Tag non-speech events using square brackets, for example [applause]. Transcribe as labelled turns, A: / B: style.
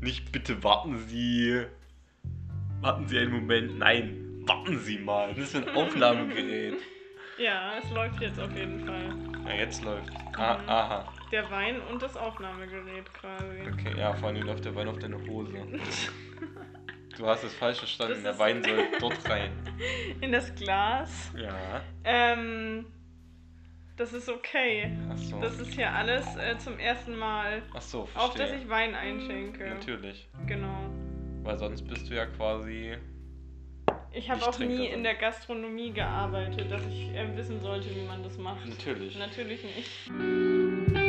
A: nicht, bitte warten Sie. Warten Sie einen Moment. Nein, warten Sie mal. Das ist ein Aufnahmegerät.
B: Ja, es läuft jetzt auf jeden Fall.
A: Ja, jetzt läuft. Ah,
B: Mhm.
A: aha.
B: Der Wein und das Aufnahmegerät quasi.
A: Okay, ja, vor allem läuft der Wein auf deine Hose. Du hast es falsch verstanden.
B: Das
A: Der
B: ist-
A: Wein soll dort rein.
B: [laughs] In das Glas.
A: Ja.
B: Ähm, das ist okay.
A: Ach so.
B: Das ist hier alles äh, zum ersten Mal.
A: Ach so, verstehe.
B: Auch, dass ich Wein einschenke.
A: Natürlich.
B: Genau.
A: Weil sonst bist du ja quasi.
B: Ich habe
A: Ich
B: auch
A: trinke
B: nie
A: das
B: in
A: auch.
B: der Gastronomie gearbeitet, dass ich äh, wissen sollte, wie man das macht.
A: Natürlich.
B: Natürlich nicht.